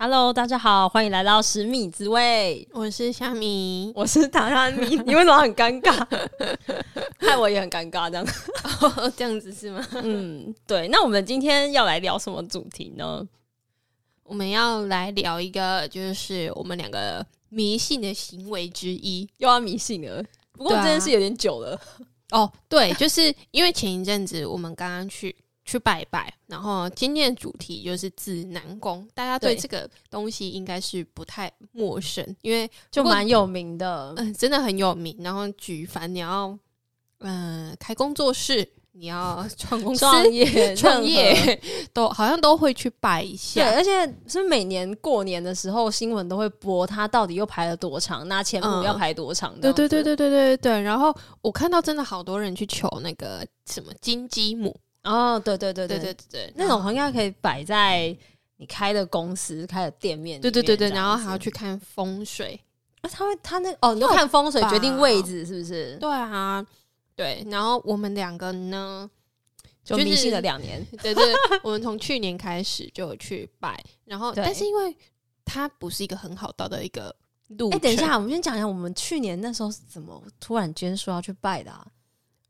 Hello，大家好，欢迎来到十米滋味。我是虾 米，我是唐安米， 你为什么很尴尬？ 害我也很尴尬，这样。这样子是吗？嗯，对。那我们今天要来聊什么主题呢？我们要来聊一个，就是我们两个迷信的行为之一又要迷信了。不过对啊这件事有点久了，哦。 对，就是因为前一阵子我们刚刚去去拜拜，然后今天的主题就是指南宫，大家对对这个东西应该是不太陌生，因为就不过蛮有名的。嗯、真的很有名。然后举凡你要嗯、呃开工作室，你要创公司。 创业，创任何业都好像都会去拜一对，下，而且是每年过年的时候，新闻都会播它到底又排了多长，那前五嗯要排多长、对对对，对对对对。然后我看到真的好多人去求那个什么金鸡母，哦，对对对对对对对对，那种应该可以摆在你开的公司、开的店面里面这对样子。对对对，然后还要去看风水，啊，他会他那哦，你就看风水决定位置是不是？对啊，对。然后我们两个呢，就哎就是迷信了两年，对对，我们从去年开始就有去拜，然 后对但是因为它不是一个很好到的一个路，哎、等一，下，我们先讲一下我们去年那时候是怎么突然间说要去拜的、啊。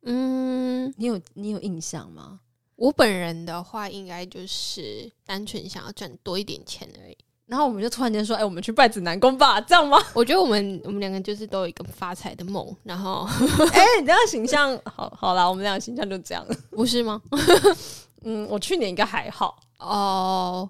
嗯，你有你有印象吗？我本人的话应该就是单纯想要赚多一点钱而已。然后我们就突然间说，哎、我们去拜指南宫吧， 这样吗？我觉得我们我们两个就是都有一个发财的梦，然后 哎、你这样形象，好好啦，我们俩形象就这样。不是吗？嗯，我去年应该还好， 哦，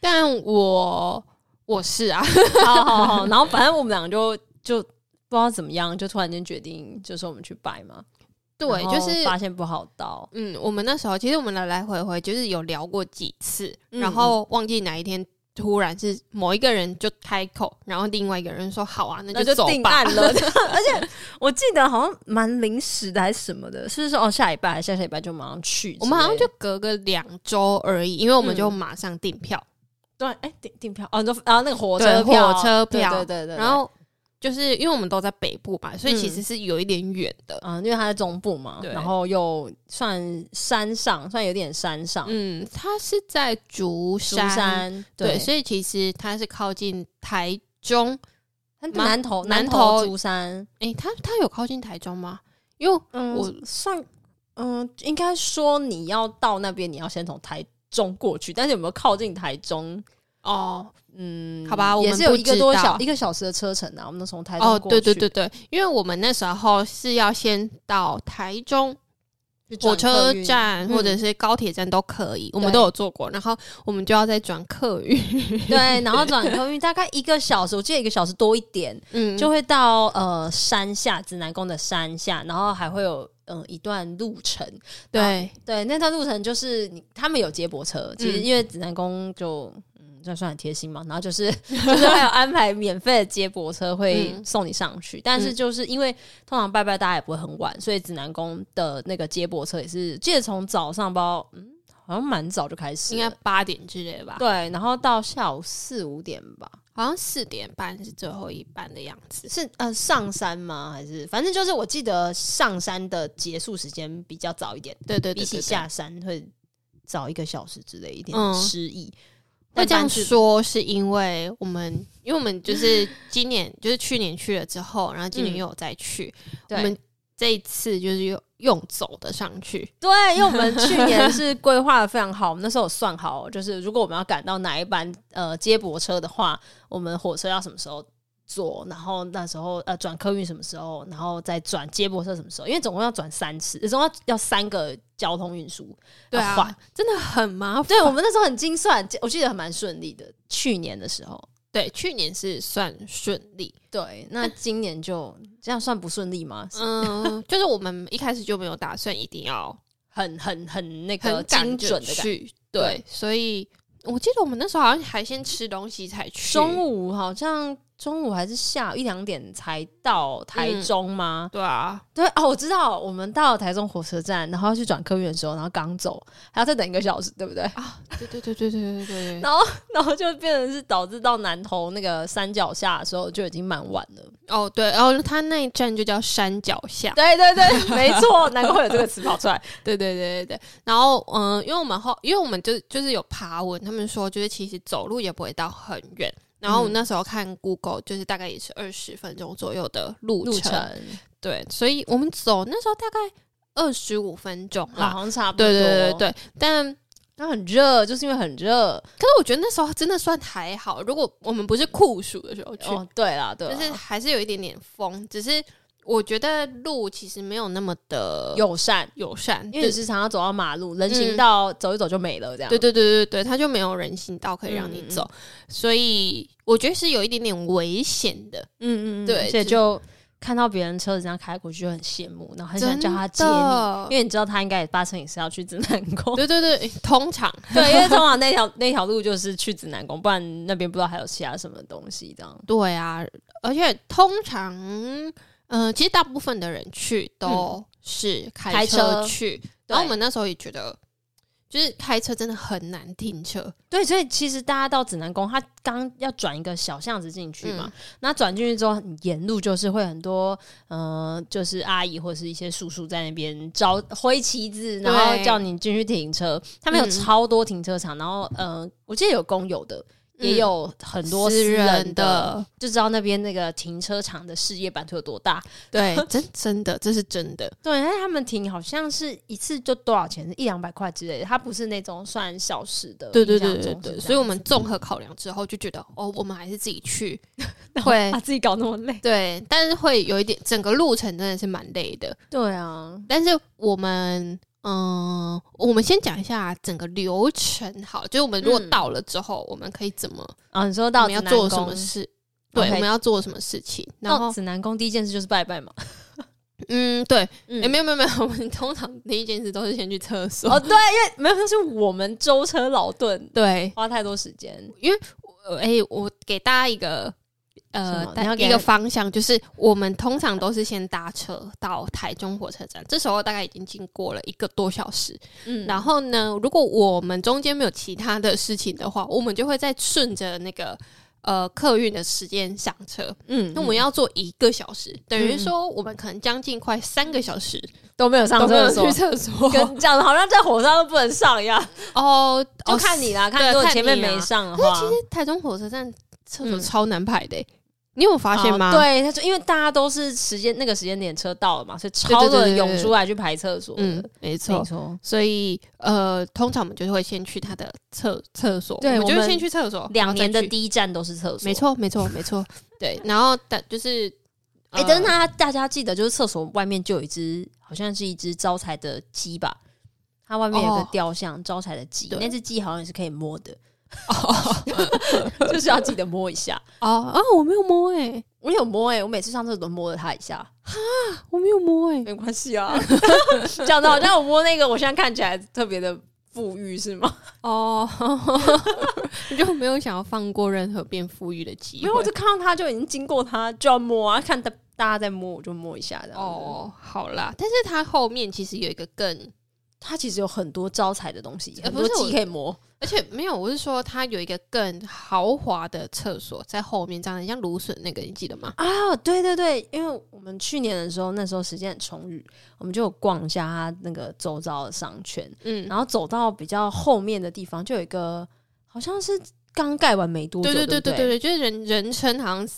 但我我是啊，好好好。然后反正我们两个就就不知道怎么样，就突然间决定，就是我们去拜嘛。 对，然后就是发现不好到，嗯，我们那时候其实我们来来回回就是有聊过几次，嗯然后忘记哪一天突然是某一个人就开口，然后另外一个人说好啊，那就走定吧案。 了。而且我记得好像蛮临时的还是什么的，是不是说哦下礼拜还是下下礼拜就马上去之类的？ 我们好像就隔个两周而已，因为我们就嗯马上订票，对，哎订订票哦，你说然后那个火对车票，火车对票对对对，然后就是因为我们都在北部嘛，所以其嗯实是有一点远的。嗯，因为它在中部嘛，对然后又算山上，算有点山上，嗯，它是在竹竹山，山对，对，所以其实它是靠近台中。它蛮南投南南投投竹山，诶，它它有靠近台中吗？因为嗯，我算嗯，应该说你要到那边，你要先从台中过去，但是有没有靠近台中？哦嗯，好吧我也们是有不一个知多道小一个小时的车程啊，我们从台中哦，过对对去对对，因为我们那时候是要先到台中去转火车客运，站嗯或者是高铁站都可以，我们对都有坐过，然后我们就要再转客运，对，然后转客运大概一个小时，我记得一个小时多一点，嗯，就 就会到呃山下指南宫的山下，然后还会有。嗯，一段路程，对对，那段路程就是你他们有接驳车，其实嗯因为指南宫就嗯，这算很贴心嘛，然后就是 就是还有安排免费的接驳车会嗯送你上去，但是就是因为通常拜拜大家也不会很晚，所以指南宫的那个接驳车也是，记得从早上包嗯，好像蛮早就开始应了，该八点之类吧，对，然后到下午四五点吧，好像四点半是最后一班的样子。是呃上山吗？还是反正就是我记得上山的结束时间比较早一点，对对对对比起对下山会早一个小时之类，一点嗯失忆。会这但样反正说，是因为我们，因为我们就是今年，就是去年去了之后，然后今年嗯又有再去，我对们这一次就是用用走的上去，对，因为我们去 年是规划的非常好，我们那时候有算好，哦就是如果我们要赶到哪一班呃接驳车的话，我们火车要什么时候坐，然后那时候呃转客运什么时候，然后再转接驳车什么时候，因为总共要转三次，总共要要三个交通运输，对要换啊，真的很麻烦。对我们那时候很精算，我记得还蛮顺利的。去年的时候，对，去年是算顺利，对，那今年就这样算不顺利吗？嗯， 就是我们一开始就没有打算一定要很很很那个很精准的赶着感觉。去，对，所以我记得我们那时候好像还先吃东西才去，中午好像中午还是下午一两点才到台中吗？对啊，对哦，我知道，我们到台中火车站，然后要去转客运的时候，然后刚走，还要再等一个小时，对不对？啊，对对对对对对对对。然后， 然后就变成是导致到南头那个山脚下的时候就已经蛮晚了。哦，对，然后它那一站就叫山脚下。对对对，没错，难怪会有这个词跑出 来。对对对对对。然后，嗯，因为我们后，因为我们就就是有爬文，他们说就是其实走路也不会到很远。然后我那时候看 Google，就是大概也是二十分钟左右的路程。路程对，所以我们走那时候大概二十五分钟好啦。像差不多。对对对对，对，但那很热，就是因为很热。可是我觉得那时候真的算还好。如果我们不是酷暑的时候去，哦，对啦，对啦，就是还是有一点点风，只是我觉得路其实没有那么的友善。友善，因为你就是常常走到马路，人嗯行道走一走就没了，这样。对对对对对，它就没有人行道可以让你嗯嗯嗯走，所以我觉得是有一点点危险的。嗯嗯嗯，对而且就就看到别人车子这样开过去就很羡慕，然后很想叫他接真你，的因为你知道他应该也八成也是要去指南宫。对对对，通常 对，因为通常那 条那条路就是去指南宫，不然那边不知道还有其他什么东西这样。对啊，而且通常，嗯、其实大部分的人去都是嗯开开车车去，对然后我们那时候也觉得，就是开车真的很难停车，对，所以其实大家到指南宫，他刚要转一个小巷子进去嘛嗯，那转进去之后，你沿路就是会很多，呃，就是阿姨或是一些叔叔在那边招挥旗子，然后对叫你进去停车。他们有嗯超多停车场，然后呃，我记得有公有的，也嗯有很多私私人人的，的，就知道那边那个停车场的事业版图有多大。对， 真真的，这是真的，对，但是他们停好像是一次就多少钱，一两百块之类的，它不是那种算小时的。 对对印象对对中是对，这所以样我们子综合考量之后就觉得，哦，我们还是自己 去会啊把。自己搞那么累。对，但是会有一点，整个路程真的是蛮累的。对啊，但是我们，嗯、我们先讲一下整个流程好，就是我们如果嗯到了之后，我们可以怎么，啊，你说我到们要指南做什宫么？事？对 OK 我们要做什么事情？然到后，指南宫第一件事就是拜拜嘛。嗯，对，哎、嗯没有没有没有，我们通常第一件事都是先去厕所。哦，对，因为没有，那是我们舟车劳顿，对，花太多时间。呃哎、我给大家一个呃什么，大你要给一个方向，就是我们通常都是先搭车到台中火车站，这时候大概已经经过了一个多小时。嗯然后呢，如果我们中间没有其他的事情的话，我们就会再顺着那个。呃，客运的时间上车，嗯那我们要坐一个小时，等于嗯说我们可能将近快三个小时都没有上都没有厕所去，厕所。跟讲的好像在火车上都不能上一样， 哦，就哦看你啦，对看如果看前面你啊没上的话，台中火车站厕所嗯超难排的欸、你有发现吗？哦对，他说因为大家都是时间那个时间点车到了嘛，所以对超对多人对涌对出来去排厕所的。嗯，没错没。错，所以呃，通常我们就会先去他的厕厕所，对我们我就会们先去厕所。两年的然后再去第一站都是厕所，没。错，没错，没错。对，然后但就是，哎、但是大家大家记得，就是厕所外面就有一只，好像是一只招财的鸡吧。它外面有个哦雕像，招财的鸡，对那只鸡好像也是可以摸的，哦就是要记得摸一下。哦啊，我没有摸哎、我有摸哎、我每次上厕所都摸了它一下，我没有摸哎、没关系啊。 讲的好像我摸那个，我现在看起来特别的富裕是吗？哦， 你就没有想要放过任何变富裕的机 没有，我会就。看到它就已经经过它，就要摸啊，看大大家在摸，我就摸一下这样。哦，哦，好啦，但是它后面其实有一个更，它其实有很多招财的东西，呃很多不是我鸡可以摸。而且没有，我是说它有一个更豪华的厕所在后面，这样很像芦笋那个，你记得吗？啊，对对对，因为我们去年的时候，那时候时间很充裕，我们就有逛一下它那个周遭的商圈，嗯，然后走到比较后面的地方，就有一个好像是刚盖完没多久，对对对对不对对对对，就是人人称好像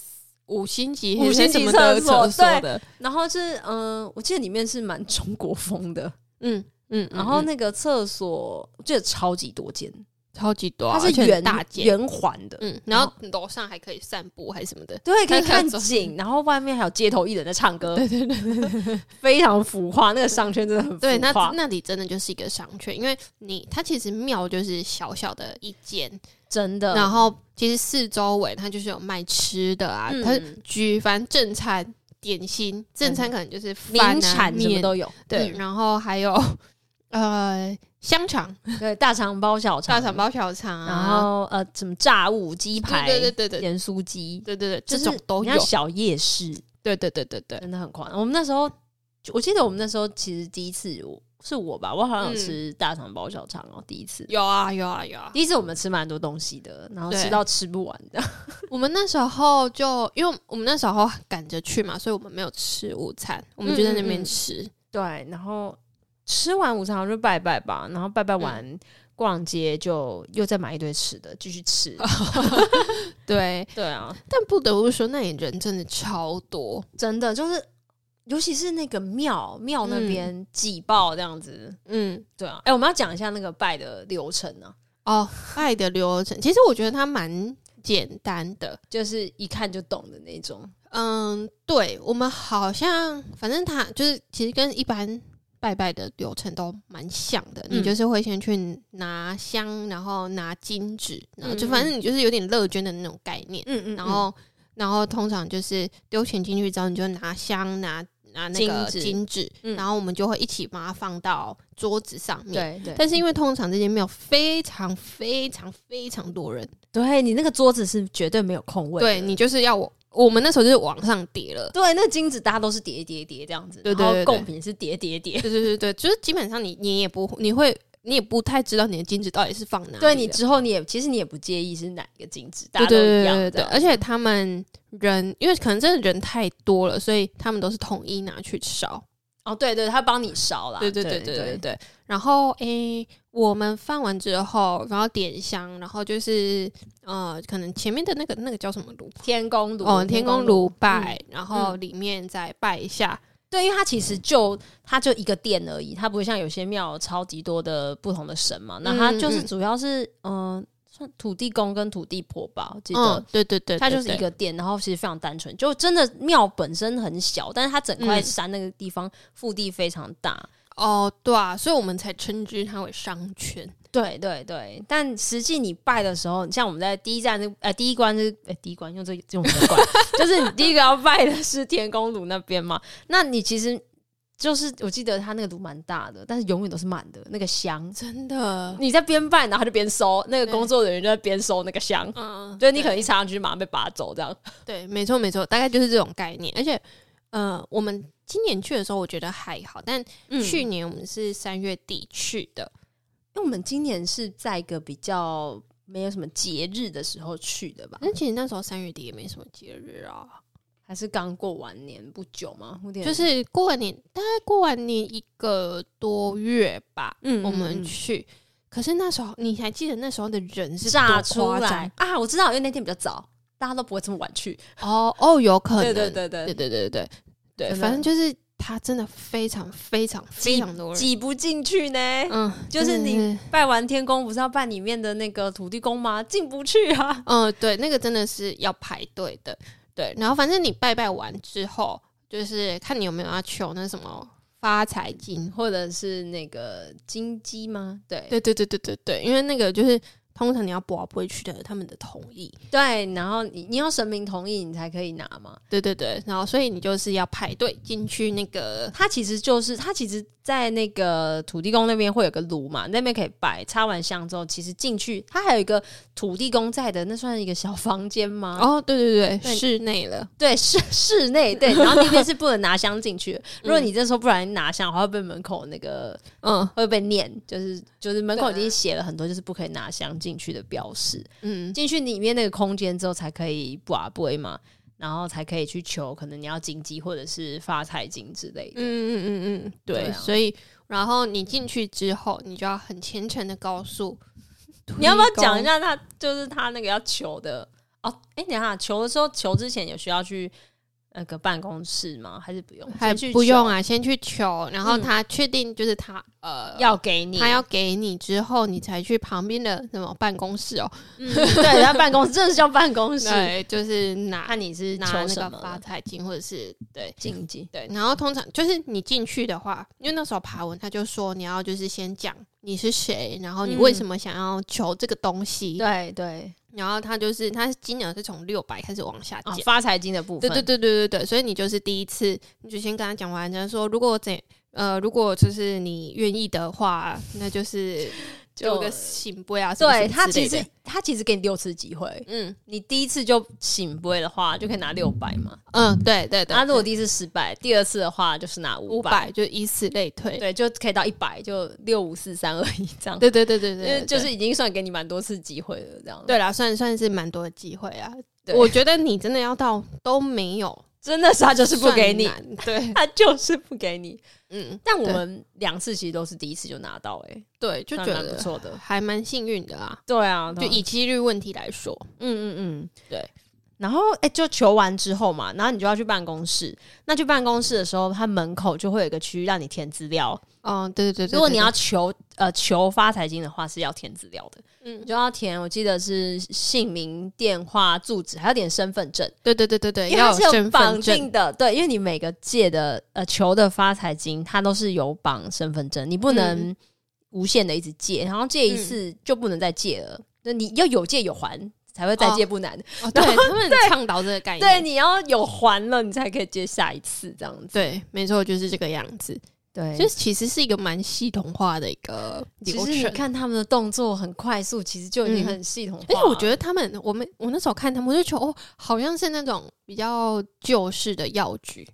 五星级五星级还是什么的厕所厕所的，然后是嗯、呃我记得里面是蛮中国风的，嗯 嗯，然后嗯那个厕所我记得超级多间，超级多啊，它而是且很圆大间，圆环的。嗯，然后楼上还可以散步还是什么的，对，可以那个看走景，然后外面还有街头艺人在唱歌， 对对对 非常浮夸。那个商圈真的很浮夸。对，那那里真的就是一个商圈，因为你它其实庙就是小小的一间，真的，然后其实四周围它就是有卖吃的啊，嗯嗯它举凡正餐、点心，正餐可能就是饭啊名产什么面都有。对，嗯然后还有呃，香肠、对，大肠包小肠，大肠，包小肠啊，然后呃，什么炸物、鸡排、对对对对对盐酥鸡，对对对，就这是种都你有看，小夜市对对对对对，真的很狂。我们那时候，就我记得我们那时候其实第一次我是我吧，我好像有嗯吃大肠包小肠哦、第一次。有啊有啊有啊。第一次我们吃蛮多东西的，然后对吃到吃不完的。 我们那时候就因为我们那时候赶着去嘛，所以我们没有吃午餐，我们就在那嗯边吃。对，然后吃完午餐好像就拜拜吧，然后拜嗯拜完、逛街就又再买一堆吃的继续 吃。哦对，对啊，但不得不说，那里人真的超多。真的就是，尤其是那个庙庙那边挤爆这样子。嗯，对啊，哎、我们要讲一下那个拜的流程啊呢、哦，拜的流程，其实我觉得它蛮简单的。就是一看就懂的那种。嗯，对，我们好像反正它就是其实跟一般拜拜的流程都蛮像的，嗯你就是会先去拿香，然后拿金纸，然后就嗯嗯反正你就是有点乐捐的那种概念，嗯嗯然后然后通常就是丢钱进去之后，你就拿香拿。拿那个金纸金纸，嗯然后我们就会一起把它放到桌子上面。对对，但是因为通常这间庙非常非常非常多人，对你那个桌子是绝对没有空位的。对你就是要我，我们那时候就是往上叠了，对，那金子大家都是叠叠叠这样子，对对对然后对贡品是叠叠叠。对对对对，就是基本上你你也不你会你也不太知道你的金纸到底是放哪里 的，对你之后你也其实你也不介意是哪一个金子，大家对都对对一样对对对，的而且他们人因为可能真的人太多了，所以他们都是统一拿去烧。哦，对对，他帮你烧啦。对对对对对对对。然后诶、我们放完之后，然后点香，然后就是呃，可能前面的那个那个叫什么炉？天宫炉哦，天宫炉嗯拜，然后里面再拜一下。对，因为它其实就它就一个殿而已，它不会像有些庙有超级多的不同的神嘛。那它就是嗯嗯主要是嗯、呃算土地公跟土地婆吧，我记得。嗯，对对对，它对就是一对个殿，然后其实非常单纯，就真的庙本身很小，但是它整块嗯山那个地方腹地非常大。哦，对啊，所以我们才称之它为商圈。对对对，但实际你拜的时候，像我们在第一站是呃第一关是呃第一关用这用这个关， 就是你第一个要拜的是天宫炉那边嘛。那你其实就是我记得它那个炉蛮大的，但是永远都是满的那个香。真的，你在边拜，然后就边收，那个对工作人员就在边收那个香，嗯，就是你可能一插上去就马上被拔走这样。对，没错没错，大概就是这种概念。而且，呃，我们今年去的时候，我觉得还好，但去因年我们是三月底去的，为我们今年是在一个比较没有什么节日的时候去的吧，那、其实那时候三月底也没什么节日啊，还是刚过完年不久嘛，有点就是过完年，大概过完年一个多月吧，嗯我嗯嗯们去。可是那时候，你还记得那时候的人是炸多出夸张来啊！我知道，因为那天比较早，大家都不会这么晚去。哦哦，有可能，对对对对对，对对对对，真的反正就是他真的非常非常非常多人，挤不进去呢。嗯，就是真的你拜完天宫不是要拜里面的那个土地公吗？进不去啊。嗯，对，那个真的是要排队的。对，然后反正你拜拜完之后，就是看你有没有要求那什么发财 金。或者是那个金鸡吗？对对对对对对对，因为那个就是通常你要博不会取得他们的同意。对，然后你你要神明同意，你才可以拿嘛。对对对，然后所以你就是要排队进去那个。它其实就是它其实，在那个土地公那边会有个炉嘛，那边可以摆。插完香之后，其实进去它还有一个土地公在的，那算是一个小房间吗？哦，对对啊对对，室内了。对，室室内对，然后那边是不能拿香进 去的。如果你这时候不然拿香的话，会被门口那个嗯会被念，就是就是门口已对啊经写了很多就是不可以拿香进去的标识。嗯，进去里面那个空间之后，才可以不啊不嘛，然后才可以去求可能你要金鸡或者是发财金之类的。嗯嗯嗯嗯，对，对啊所以然后你进去之后，你就要很虔诚的告诉你要不要土地公讲一下他就是他那个要求的哦？哎、等一下求的时候，求之前有需要去那个办公室吗？还是不用？还先去不用求啊，先去求，然后嗯他确定就是他、呃要给你，他要给你之后，你才去旁边的什么办公室哦，嗯，对，他办公室，真的是叫办公室。 对，就是拿看你是拿求那什个么发了财金或者是对禁忌，对，然后通常就是你进去的话，因为那时候爬文他就说你要就是先讲你是谁，然后你为什么想要求这个东西，对对然后他就是他金额是从六百开始往下啊减，，发财金的部哦对分，对对对对对，所以你就是第一次，你就先跟他讲完，然后说如果我怎呃，如果就是你愿意的话，那就是就有个醒杯啊，什么对什么他之类其的实他其实给你六次机会，嗯你第一次就醒杯的话，就可以拿六百嘛。嗯，对对对，那如果第一次失败，第二次的话就是拿五五百，百就以此类推，对，就可以到一百，就六五四三二一这样。对对对对因对，为对就是已经算给你蛮多次机会了，这样。对啦，算算是蛮多的机会啊。对我觉得你真的要到都没有，真的是他就是不给你，算难。对，他就是不给你。嗯，但我们两次其实都是第一次就拿到、欸，哎，对，就觉蛮不得错的。还蛮幸运的啊。对啊，就就以几率问题来说，嗯嗯嗯，对。然后，哎、就求完之后嘛，然后你就要去办公室。那去办公室的时候，它门口就会有一个区域让你填资料。嗯，对对对对如果你对要求呃求发财金的话，是要填资料的。嗯你就要填，我记得是姓名、电话、住址，还要点身份证，对对对对对，因为它要是有身份绑证，定的。对，因为你每个届的呃求的发财金，它都是有绑身份证，你不能无限的一直借，然后借一次就不能再借了，就你要有借有还。才会再借不难，哦对他们倡导这个概对，念，你要有还了，你才可以接下一次这样子。对，没错，就是这个样子。对就就是其实是一个蛮系统化的一个其流实你程。看他们的动作很快速，其实就已经嗯很系统化而了。且我觉得他们，我们我那时候看他们，我就觉得哦，好像是那种比较旧式的药局，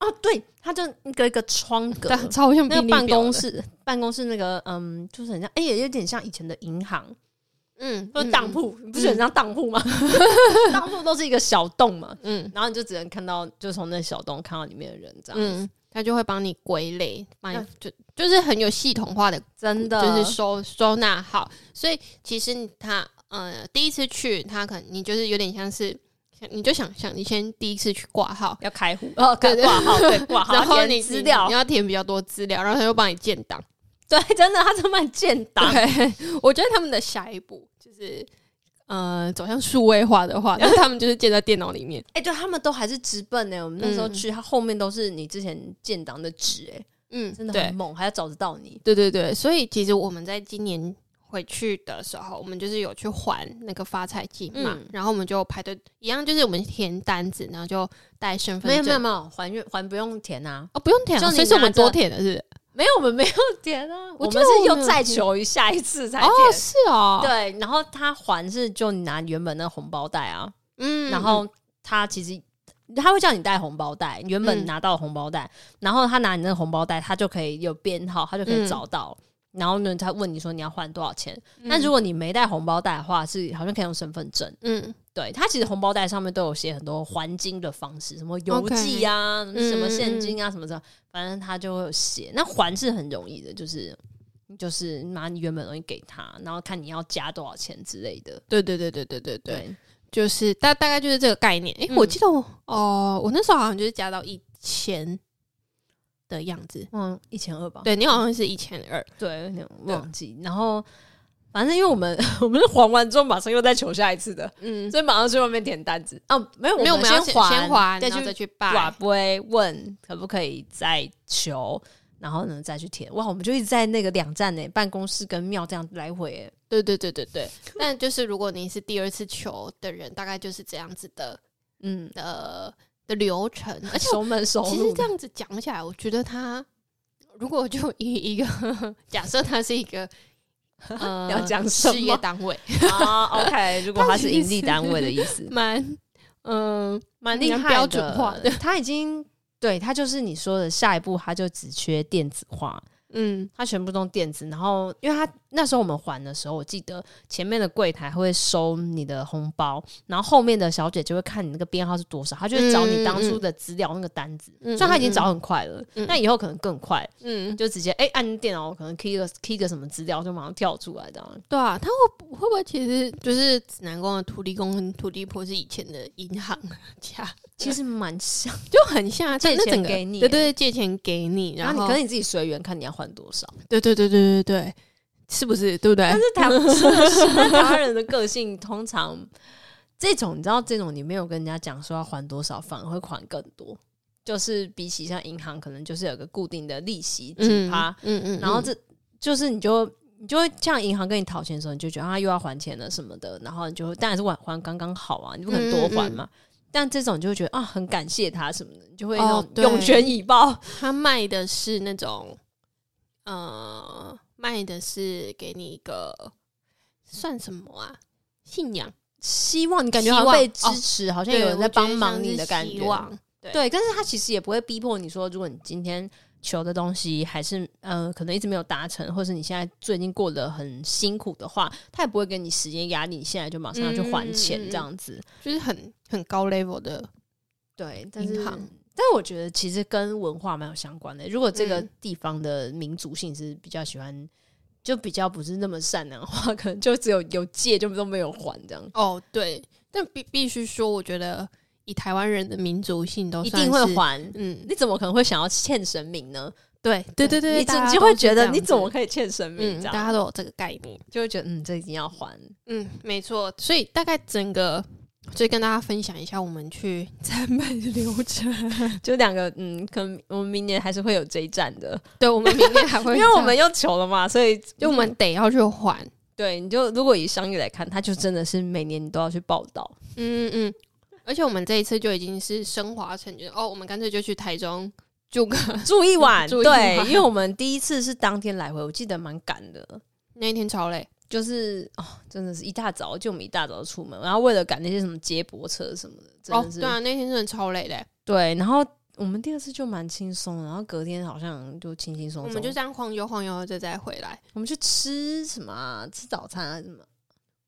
哦，对，它就一个一个窗格，但超像啊那个病历表办的公，室，办公室那个，嗯，就是很像，哎、也有点像以前的银行，嗯，就是嗯当，铺，不是很像当 铺吗？当铺都是一个小洞嘛，嗯然后你就只能看到，就从那小洞看到里面的人这样，嗯，他就会帮你归类，帮那你就就是很有系统化的真就的是收收纳好。所以其实他呃第一次去，他可能你就是有点像是，你就想想你先第一次去挂号，要开户哦，挂对对挂号对挂 号，然后填你资你料你，要填比较多资料，然后他就帮你建 档。对，真的，他这么建档，对，我觉得他们的下一步就是。呃，走向数位化的话，那他们就是建在电脑里面。哎、对他们都还是直奔欸呢、我们那时候嗯去，他后面都是你之前建档的纸，哎，嗯，真的对很猛，还要找得到你。对对对，所以其实我们在今年回去的时候，我们就是有去还那个发财金嘛，嗯然后我们就排队一样，就是我们填单子，然后就带身份没有证，没有没有，还愿还不用填啊，哦，不用填、就啊，你所以是我拿们着多填的是不是没有我们没有填啊，我我记们得是我又没有再填求下一次才哦填。，是哦，，对，然后他还是就你拿原本那红包袋啊，嗯然后他其实他会叫你带红包袋，原本嗯拿到的红包袋，然后他拿你那个红包袋，他就可以有编号，他就可以嗯找到。然后呢，他问你说你要换多少钱？嗯但如果你没带红包袋的话，是好像可以用身份证。嗯对，它其实红包袋上面都有写很多还金的方式，什么邮 OK 寄啊嗯什么现金啊，什么什么，反正它就会有写。那还是很容易的，就是就是拿你原本的东西给他，然后看你要加多少钱之类的。对对对对对对对，对，就是大大概就是这个概念。诶，嗯我记得我哦、我那时候好像就是加到一千的样子，嗯，一千二吧。对你好像是一千二，对，有点忘记。然后反正因为我们 我们是还完之后马上又再求下一次的，嗯，所以马上去外面填单子。哦，没有，没有，我们要先还，还，先还，再然后去再去瓦拜，杯问可不可以再求，然后呢再去填。哇，我们就一直在那个两站呢，办公室跟庙这样来回耶。对对对对对。但就是如果你是第二次求的人，大概就是这样子的嗯，的的流程，而且我熟门熟其路实的这。样子讲起来，我觉得他如果就以一个 假设，他是一个呃要讲什么事业单位， 啊，OK，如果它是盈利单位的意 思，蛮嗯蛮厉害的蛮标准化的。他已经对他就是你说的下一步，他就只缺电子化，嗯他全部都电子。然后，因为他那时候我们还的时候，我记得前面的柜台会收你的红包，然后后面的小姐就会看你那个编号是多少，她就会找你当初的资料那个单子。嗯嗯虽然她已经找很快了，嗯那以后可能更快，嗯，就直接哎、按电脑，可能 key 个 key 个什么资料就马上跳出来这样。对啊，他会会不会其实就是指南宫的土地公跟土地婆是以前的银行 家，其实蛮像，就很像啊借那钱整个给你欸对对对，借钱给你，然然后后你可能你自己随缘看你要还多少，对对对对对对，是不是？对不对但？是台湾真的是但台湾人的个性通常这种你知道，这种你没有跟人家讲说要还多少，反而会还更多。就是比起像银行，可能就是有个固定的利息几趴，嗯嗯然后这就是你就你就会像银行跟你讨钱的嗯时候，你就觉得啊又要还钱了什么的，然后你就当然是还还刚刚好啊，你不可能多还嘛。但这种就会觉得啊，很感谢他什么的，你就会哦那种对涌泉以报。他卖的是那种，呃，卖的是给你一个算什么啊？信仰，希望你感觉希好像望被支哦持，好像对有人我在觉得帮像忙是你的感希觉。望对对，但是他其实也不会逼迫你说，如果你今天求的东西还是呃，可能一直没有达成，或是你现在最近过得很辛苦的话，他也不会给你时间压力，你现在就马上要去还钱嗯嗯嗯这样子。就是很很高 level 的，对，但银是行但我觉得其实跟文化蛮有相关的。如果这个嗯地方的民族性是比较喜欢，就比较不是那么善良的话，可能就只有有借就都没有还这样。哦，对，但必必须说，我觉得以台湾人的民族性都一算定会是，还，嗯，你怎么可能会想要欠神明呢？对，对对对，你大总家就都会是觉这得样你怎么子可以欠神明嗯，这大样？家都有这个概念，就会觉得嗯，这一定要 还。嗯，没错，所以大概整个。所以跟大家分享一下我们去参拜的流程。就两个嗯，可能我们明年还是会有这一站的，对，我们明天还因会这样，为我们又求了嘛，所以嗯就我们得要去还。对你就如果以商业来看，它就真的是每年你都要去报道。嗯嗯，而且我们这一次就已经是升华成，就是哦，我们干脆就去台中住个 住一晚，住一对，嗯 晚因为我们第一次是当天来回，我记得蛮赶的，那一天超累，就是哦，真的是一大早就我们一大早就出门，然后为了赶那些什么接驳车什么的，真哦的，是、对啊，那天真的超累的，对然后我们第二次就蛮轻松的，然后隔天好像就轻轻松我松，们就这样晃悠晃悠就再回来。我们去吃什么、啊？吃早餐还是什么？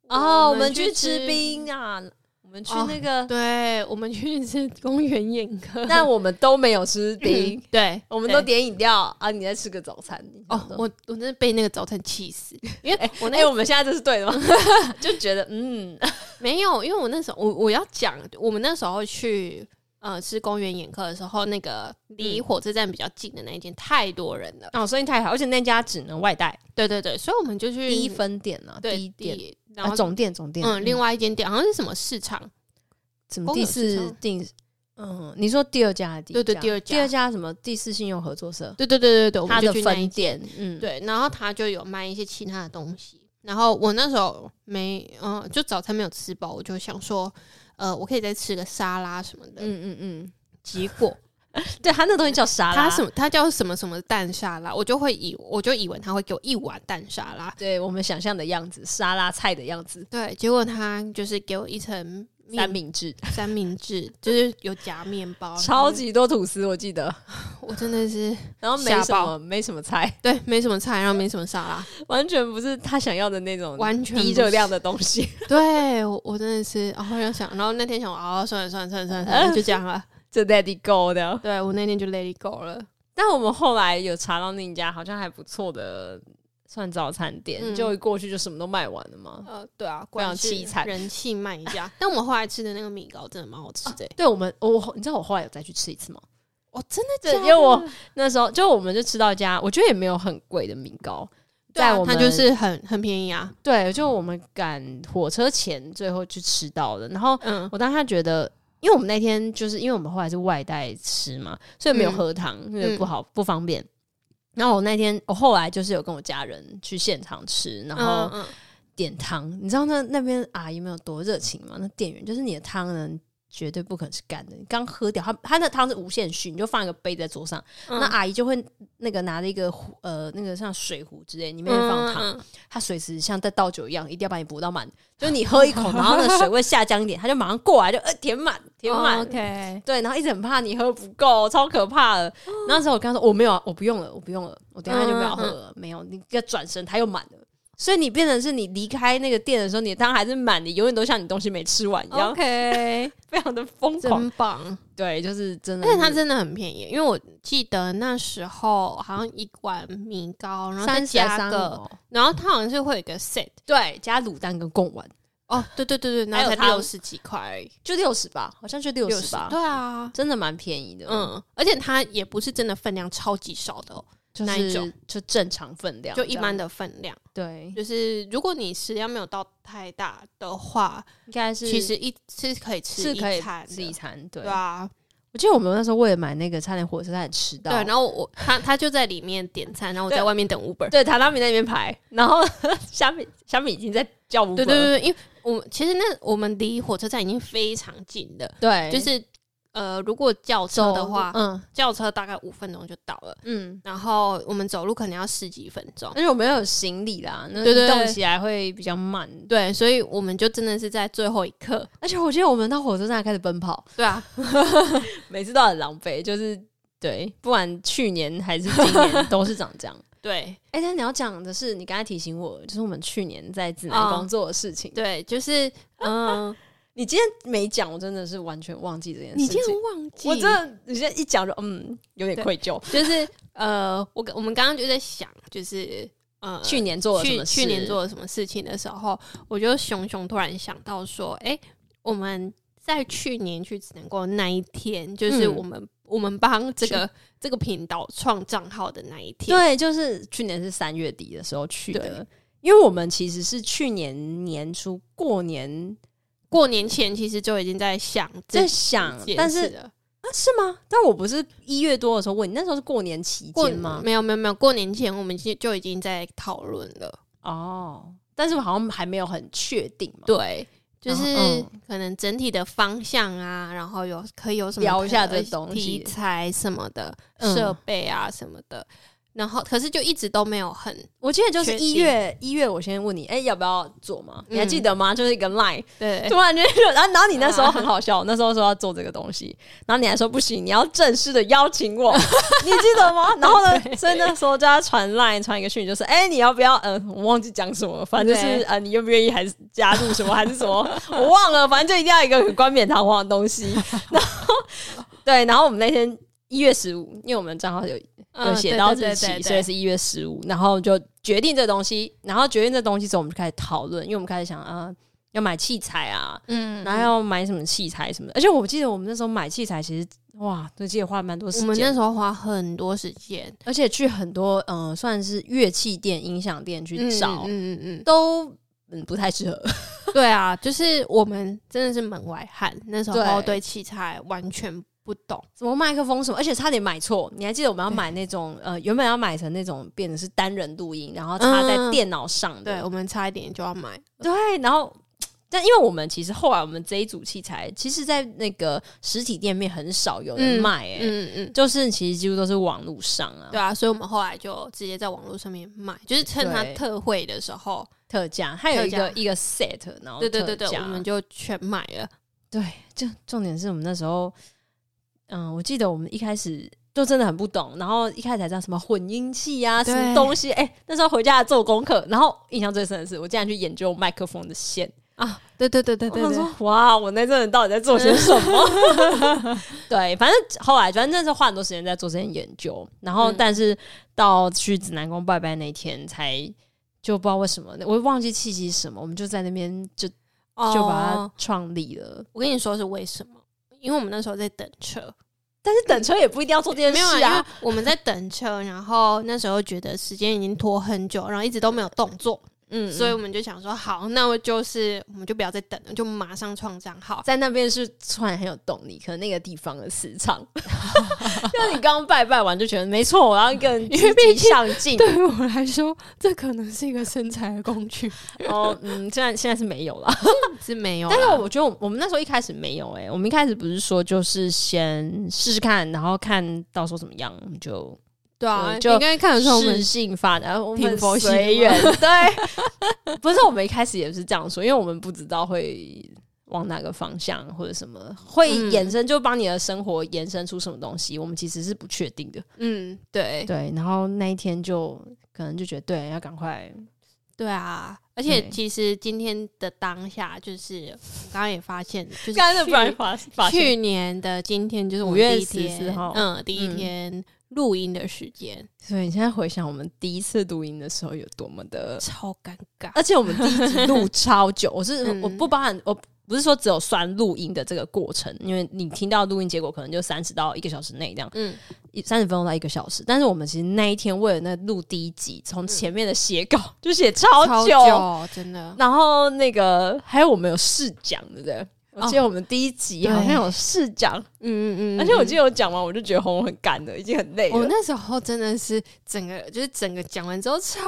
哦，我们去吃冰啊，啊，我们去哦那个，对，我们去吃公园宴 客，但我们都没有 吃冰，对，我们都对点饮料啊，你再吃个早餐。哦，我我真的被那个早餐气 死，因为我我那哎那、我们现在这是 对的吗？就觉得嗯，没有，因为我那时候我我要讲，我们那时候去呃吃公园眼科的时候，那个离火车站比较近的那一间太多人了。哦，生意太好，而且那家只能外带对对对，所以我们就去第一分店啊，对第一店第然啊，后、总店总店，嗯，另外外一间店好像是什么市场，什么公第有市四场定，嗯，你说第二家还是第一对对第二家第二家什么第四信用合作社，对对对对对，我它们的就去那一分间。店，嗯，，对，然后他就有卖一些其他的东西。然后我那时候没，嗯、就早餐没有吃饱，我就想说，呃，我可以再吃个沙拉什么的。嗯嗯嗯，结果对，它那东西叫啥啦？他什么，他叫什么什么蛋沙拉，我就会以我就以为他会给我一碗蛋沙拉，对我们想象的样子，沙拉菜的样子，对，结果他就是给我一层面三明治，三明治，就是有夹面 包，超，级多吐司，我记得，我真的是然后没吓什爆么没什么菜，对，没什么菜，然后没什么沙拉，完全不是他想要的那种完全低不热是量的东西， 对我我真的是，然后要想，然后那天想，哦，算了算了算了算了算了，就这样了。就 let it go 的。 对我那天就 let it go 了。但我们后来有查到那家好像还不错的，算早餐店，嗯就一过去就什么都卖完了嘛。呃，对非啊，常果然是凄惨 人气啊卖一家。但我们后来吃的那个米糕真的蛮好吃的、欸对我们，我你知道我后来有再去吃一次吗？我、哦真的对假的，因为我那时候就我们就吃到一家，我觉得也没有很贵的米糕，对啊在我们它就是很很便宜啊。对，就我们赶火车前最后去吃到的。然后嗯，我当时觉得，因为我们那天就是因为我们后来是外带吃嘛，所以没有嗯喝汤，因为嗯不好不方便。然后我那天，我后来就是有跟我家人去现场吃，然后嗯嗯点汤，你知道那那边阿姨们有多热情吗？那店员就是你的汤呢，绝对不可能是干的，你刚喝掉，他他那汤是无限续，你就放一个杯子在桌上，嗯那阿姨就会那个拿着一个壶呃那个像水壶之类，里面会放汤，嗯嗯她随时像在倒酒一样，一定要把你补到满，就是 你喝一口，然后呢水位下降一点，她就马上过来就呃填满填满。哦 OK，对，然后一直很怕你喝不够，超可怕的。哦那时候我跟他说我没有啊，我不用了，我不用了，我等一下就不要喝嗯了。没有，你一个转身他又满了，所以你变成是你离开那个店的时候，你的汤还是满的，永远都像你东西没吃完一样哦 OK，非常的疯狂。真棒！对，就是真的而是，且它真的很便宜，因为我记得那时候好像一碗米糕，然后再三十加三个，然后它好像是会有一个 set，对，加卤蛋跟贡丸哦，对对对对，然还后有才汤六十几块而已，就六十吧，好像就六十60吧，对啊，真的蛮便宜的。嗯，嗯，而且它也不是真的分量超级少的哦、就哪一是种就正常分量，就一般的。的分量，对，就是如果你食量没有到太大的话，应该是其实一是可以吃是可以一餐的吃一餐。对对，啊，我记得我们那时候为了买那个，差点火车差点迟到。对，然后我他他就在里面点餐，然后我在对外面等 Uber， 对，榻榻米那边排，然后虾米虾米已经在叫 Uber，对对对，对因为我们其实那我们离火车站已经非常近了，对，就是呃，如果轿车的话，嗯轿车大概五分钟就到了，嗯，然后我们走路可能要十几分钟。而且我们要有行李啦，那对对移对动起来会比较慢。对，所以我们就真的是在最后一 刻，而且我记得我们到火车站开始奔跑，对啊，每次都很狼狈，就是对，不管去年还是今 年都是长这样。对哎、但你要讲的是，你刚才提醒我，就是我们去年在指南哦工作的事情。对，就是 嗯，你今天没讲，我真的是完全忘记这件事情。你竟然忘记，我真的，你现在一讲就嗯，有点对愧疚。就是呃，我我们刚刚就在想，就是呃，去年做了什去么事？去年做了什么事情的时候，我就熊熊突然想到说，哎、我们在去年去指南宫的那一天，就是嗯我们、我们帮这个这个频道创账号的那一天，对，就是去年是三月底的时候去的对，因为我们其实是去年年初过年过年前其实就已经在想这在想件，但事是了啊是吗？但我不是一月多的时候问你，那时候是过年期过间吗？没有没有没有，过年前我们就就已经在讨论了，哦，但是我好像还没有很确定嘛。对。就是然后嗯可能整体的方向啊，然后有可以有什么聊一下特这东西题材什么的嗯设备啊什么的，然后可是就一直都没有很我记得就是确定嗯一月一月，我先问你，哎、要不要做嘛？你还记得吗？就是一个 line，对突然间就，然后然后你那时候很好笑，那时候说要做这个东西，然后你还说不行，你要正式的邀请 我，你记得吗？然后呢，所以那时候就要传 line 传一个讯息，就是哎、你要不要？嗯、我忘记讲什么，反正就是对呃，你愿不愿意还是加入什么还是什么，我忘了，反正就一定要一个很冠冕堂皇的东西。然后对，然后我们那天一月十五，因为我们账号有嗯有写到日期，所以是一月十五，然后就决定这东西，然后决定这东西之后，我们就开始讨论，因为我们开始想啊、要买器材啊，嗯然后要买什么器材什么的，而且我记得我们那时候买器材，其实哇，对，记得花蛮多时嗯我们那间，时候花很多时间而且去很多嗯、呃算是乐器店、音响店去找，嗯嗯都嗯不太适合， 嗯， 对啊，就是我们真的是门外汉，那时候哦对对器材完全不懂，什么麦克风什么，而且差点买错。你还记得我们要买那种呃，原本要买成那种变成是单人录音，然后插在嗯电脑上的对，我们差一点就要买，对，然后。但因为我们其实后来我们这一组器材，其实，在那个实体店面很少有人嗯卖、欸，嗯嗯。就是其实几乎都是网络上啊，对啊，所以我们后来就直接在网络上面买，就是趁它对特惠的时候，特价，还有一个特价一个 set，然后对对对对特，价我们就全买了。对，就重点是我们那时候，嗯，我记得我们一开始就真的很不懂，然后一开始才知道什么混音器啊，什对么东西，哎、那时候回家做功课，然后印象最深的是，我竟然去研究麦克风的线，对对对对我想说，哇，我那阵子到底在 做些什么？ 对，反正后来，反正那时候花很多时间在做这些研究，然后嗯但是到去指南宫拜拜那天才。就不知道为什么，我忘记契机是什么，我们就在那边就哦就把它创立了。我跟你说是为什么？因为我们那时候在等车，但是等车也不一定要做这件没有事因为啊。我们在等车，然后那时候觉得时间已经拖很久，然后一直都没有动作，嗯所以我们就想说，好，那我就是我们就不要再等了，就马上创账 号。在那边是突然很有动力，可能那个地方的磁场， 就你刚拜拜完就觉得没错，我要更积极上进。于我来说，这可能是一个身材的工具，哦，嗯，现在现在是没有了。 是没有啦。啊但是我觉得我我们那时候一开始没有哎、我们一开始不是说就是先试试看，然后看到时候怎么样，我们就对啊，嗯你就刚才看的时候，我适们性发展，我们挺佛系的随缘。对，不是我们一开始也是这样说，因为我们不知道会往哪个方向或者什么，会嗯衍生就帮你的生活延伸出什么东西，我们其实是不确定的。嗯，对对，然后那一天就可能就觉得对，要赶 快对啊。而且对其实今天的当下，就是我刚刚也发现，就是去发去去年的今天就是我5们月第一天14号嗯，第一嗯天录音的时间、所以你现在回想我们第一次录音的时候有多么的，超尴尬。 而且我们第一集录超 久，我是、嗯我不包含我不是说只有算录音的这个过程，因为你听到录音结果可能就三十到一个小时内这样，嗯，三十分钟到一个小时。但是我们其实那一天为了那录第一集，从前面的写稿就写超嗯超久，久，真的。然后那个还有我们有试讲，对不对？我记得我们第一集哦对好像有试讲，嗯嗯嗯，而且我记得我讲完我就觉得喉咙很干的，已经很累我了，那时候真的是整个就是整个讲完之后超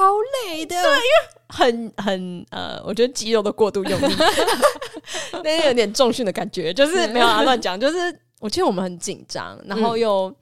累的，很很呃，我觉得肌肉都过度用 力，那有点重训的感觉，就是没有啊乱讲，就是我记得我们很紧张，然后又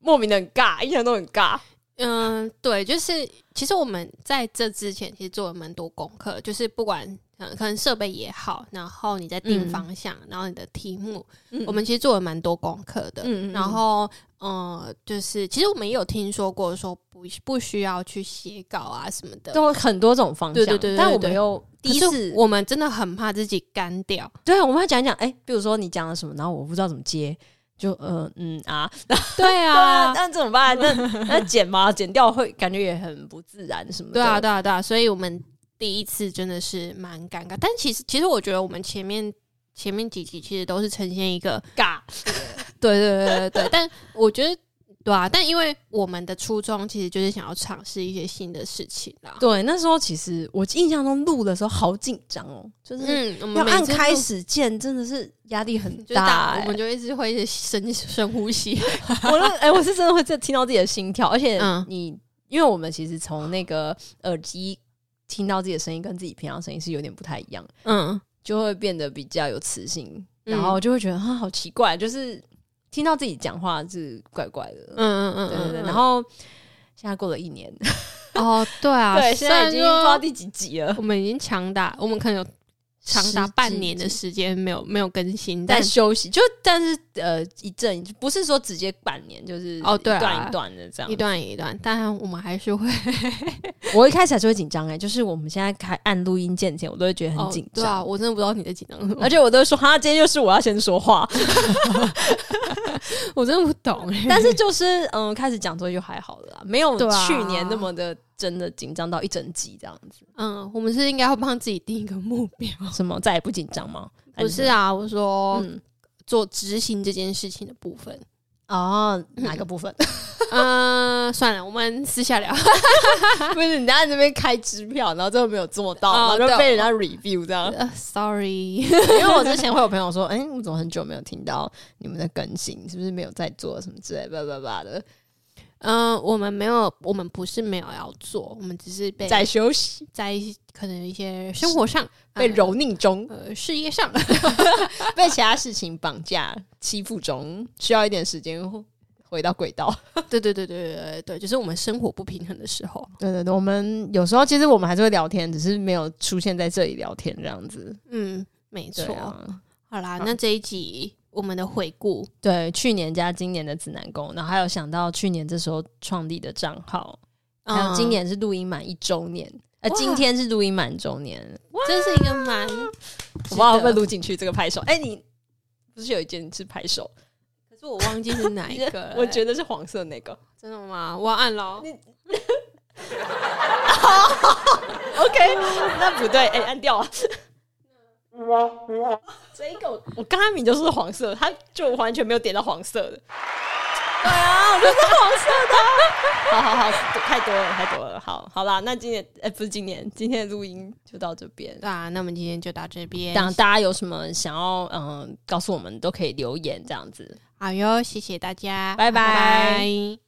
莫名的很尬，一天都很尬，嗯，对，就是其实我们在这之前其实做了蛮多功课，就是不管呃可能设备也好，然后你在定嗯方向，然后你的题目，嗯我们其实做了蛮多功课的。嗯嗯嗯然后呃，就是其实我们也有听说过说不不需要去写稿啊什么的。都有很多种方向，对对对对但我对们又第一可次是我们真的很怕自己干掉，对，我们要讲一讲，哎、比如说你讲了什么，然后我不知道怎么接，就呃嗯啊，对 对啊，啊， 那怎么办？那那剪嘛，剪掉会感觉也很不自然什么的。对啊，，对啊，对啊，所以我们第一次真的是蛮尴尬，但其实其实我觉得我们前面前面几集其实都是呈现一个尬，对对对对对，但我觉得对啊，但因为我们的初衷其实就是想要尝试一些新的事情啦。对，那时候其实我印象中录的时候好紧张哦，就是嗯，我要们每按次录开始键，真的是压力 很就是大、打，哎我们就一直会一直深深呼吸。我那哎、我是真的会在听到自己的心跳，而且嗯你、因为我们其实从那个耳机听到自己的声音，跟自己平常声音是有点不太一样，嗯，就会变得比较有磁性，嗯然后就会觉得啊好奇怪，就是听到自己讲话是怪怪的，嗯嗯嗯对对对。嗯，然后现在过了一年，哦，对啊， 对，虽现在然已经不知道说第几集了，我们已经长达，我们可能有长达十半几年的集时间没有没有更新，但在休息，就但是呃一阵，不是说直接半年，就是哦对啊一段一段的这样一。段一段，但我们还是会我一开始还是会紧张哎，就是我们现在开按录音键前，我都会觉得很哦紧对啊，张。我真的不知道你在紧张什么，而且我都会说，哈，今天又是我要先说话，我真的不懂欸。但是就是嗯，开始讲座就还好了啦，没有对啊去年那么的真的紧张到一整集这样子。嗯，我们是应该要帮自己定一个目标，什么再也不紧张 吗？还不是啊？我说哎嗯做执行这件事情的部分， 哦，哪个部分？嗯，算了，我们私下聊。 不是你在那边开支票，然后最后没有做到，哦然后对就被人家 review 这样。呃 Sorry，因为我之前会有朋友说，哎、我怎么很久没有听到你们的更新？是不是没有在做什么之类叭叭叭的，嗯，我们没有，我们不是没有要做，我们只是被在休息，在一些可能一些生活上被呃蹂躏中，呃事 业上，被其他事情绑架、欺负中，需要一点时间回到轨道。对对对对对对对，就是我们生活不平衡的时候。 对对对，我们有时候其实我们还是会聊天，只是没有出现在这里聊天这样子。嗯，没对错。啊，好啦，那这一集我们的回顾，对，去年加今年的指南宫，然后还有想到去年这时候创立的账号，还有嗯今年是录音满一周年，呃，哇今天是录音满周年，真是一个蛮我不知道会不会值得录进去这个拍手。哎、你不是有一件是拍手？可是我忘记是哪一个 ，了我觉得是黄色那个。真的吗？我要按喽。 OK，那 不对，哎、按掉了。这一个我我刚刚明就是黄色，他就完全没有点到黄色的。对啊，我就是黄色的。 好好好，太多了，太多了。好，好啦，那今年哎、不是今年，今天的录音就到这边。对啊，那我们今天就到这边。当大家有什么想要嗯告诉我们，都可以留言这样子。好哟，谢谢大家，拜拜拜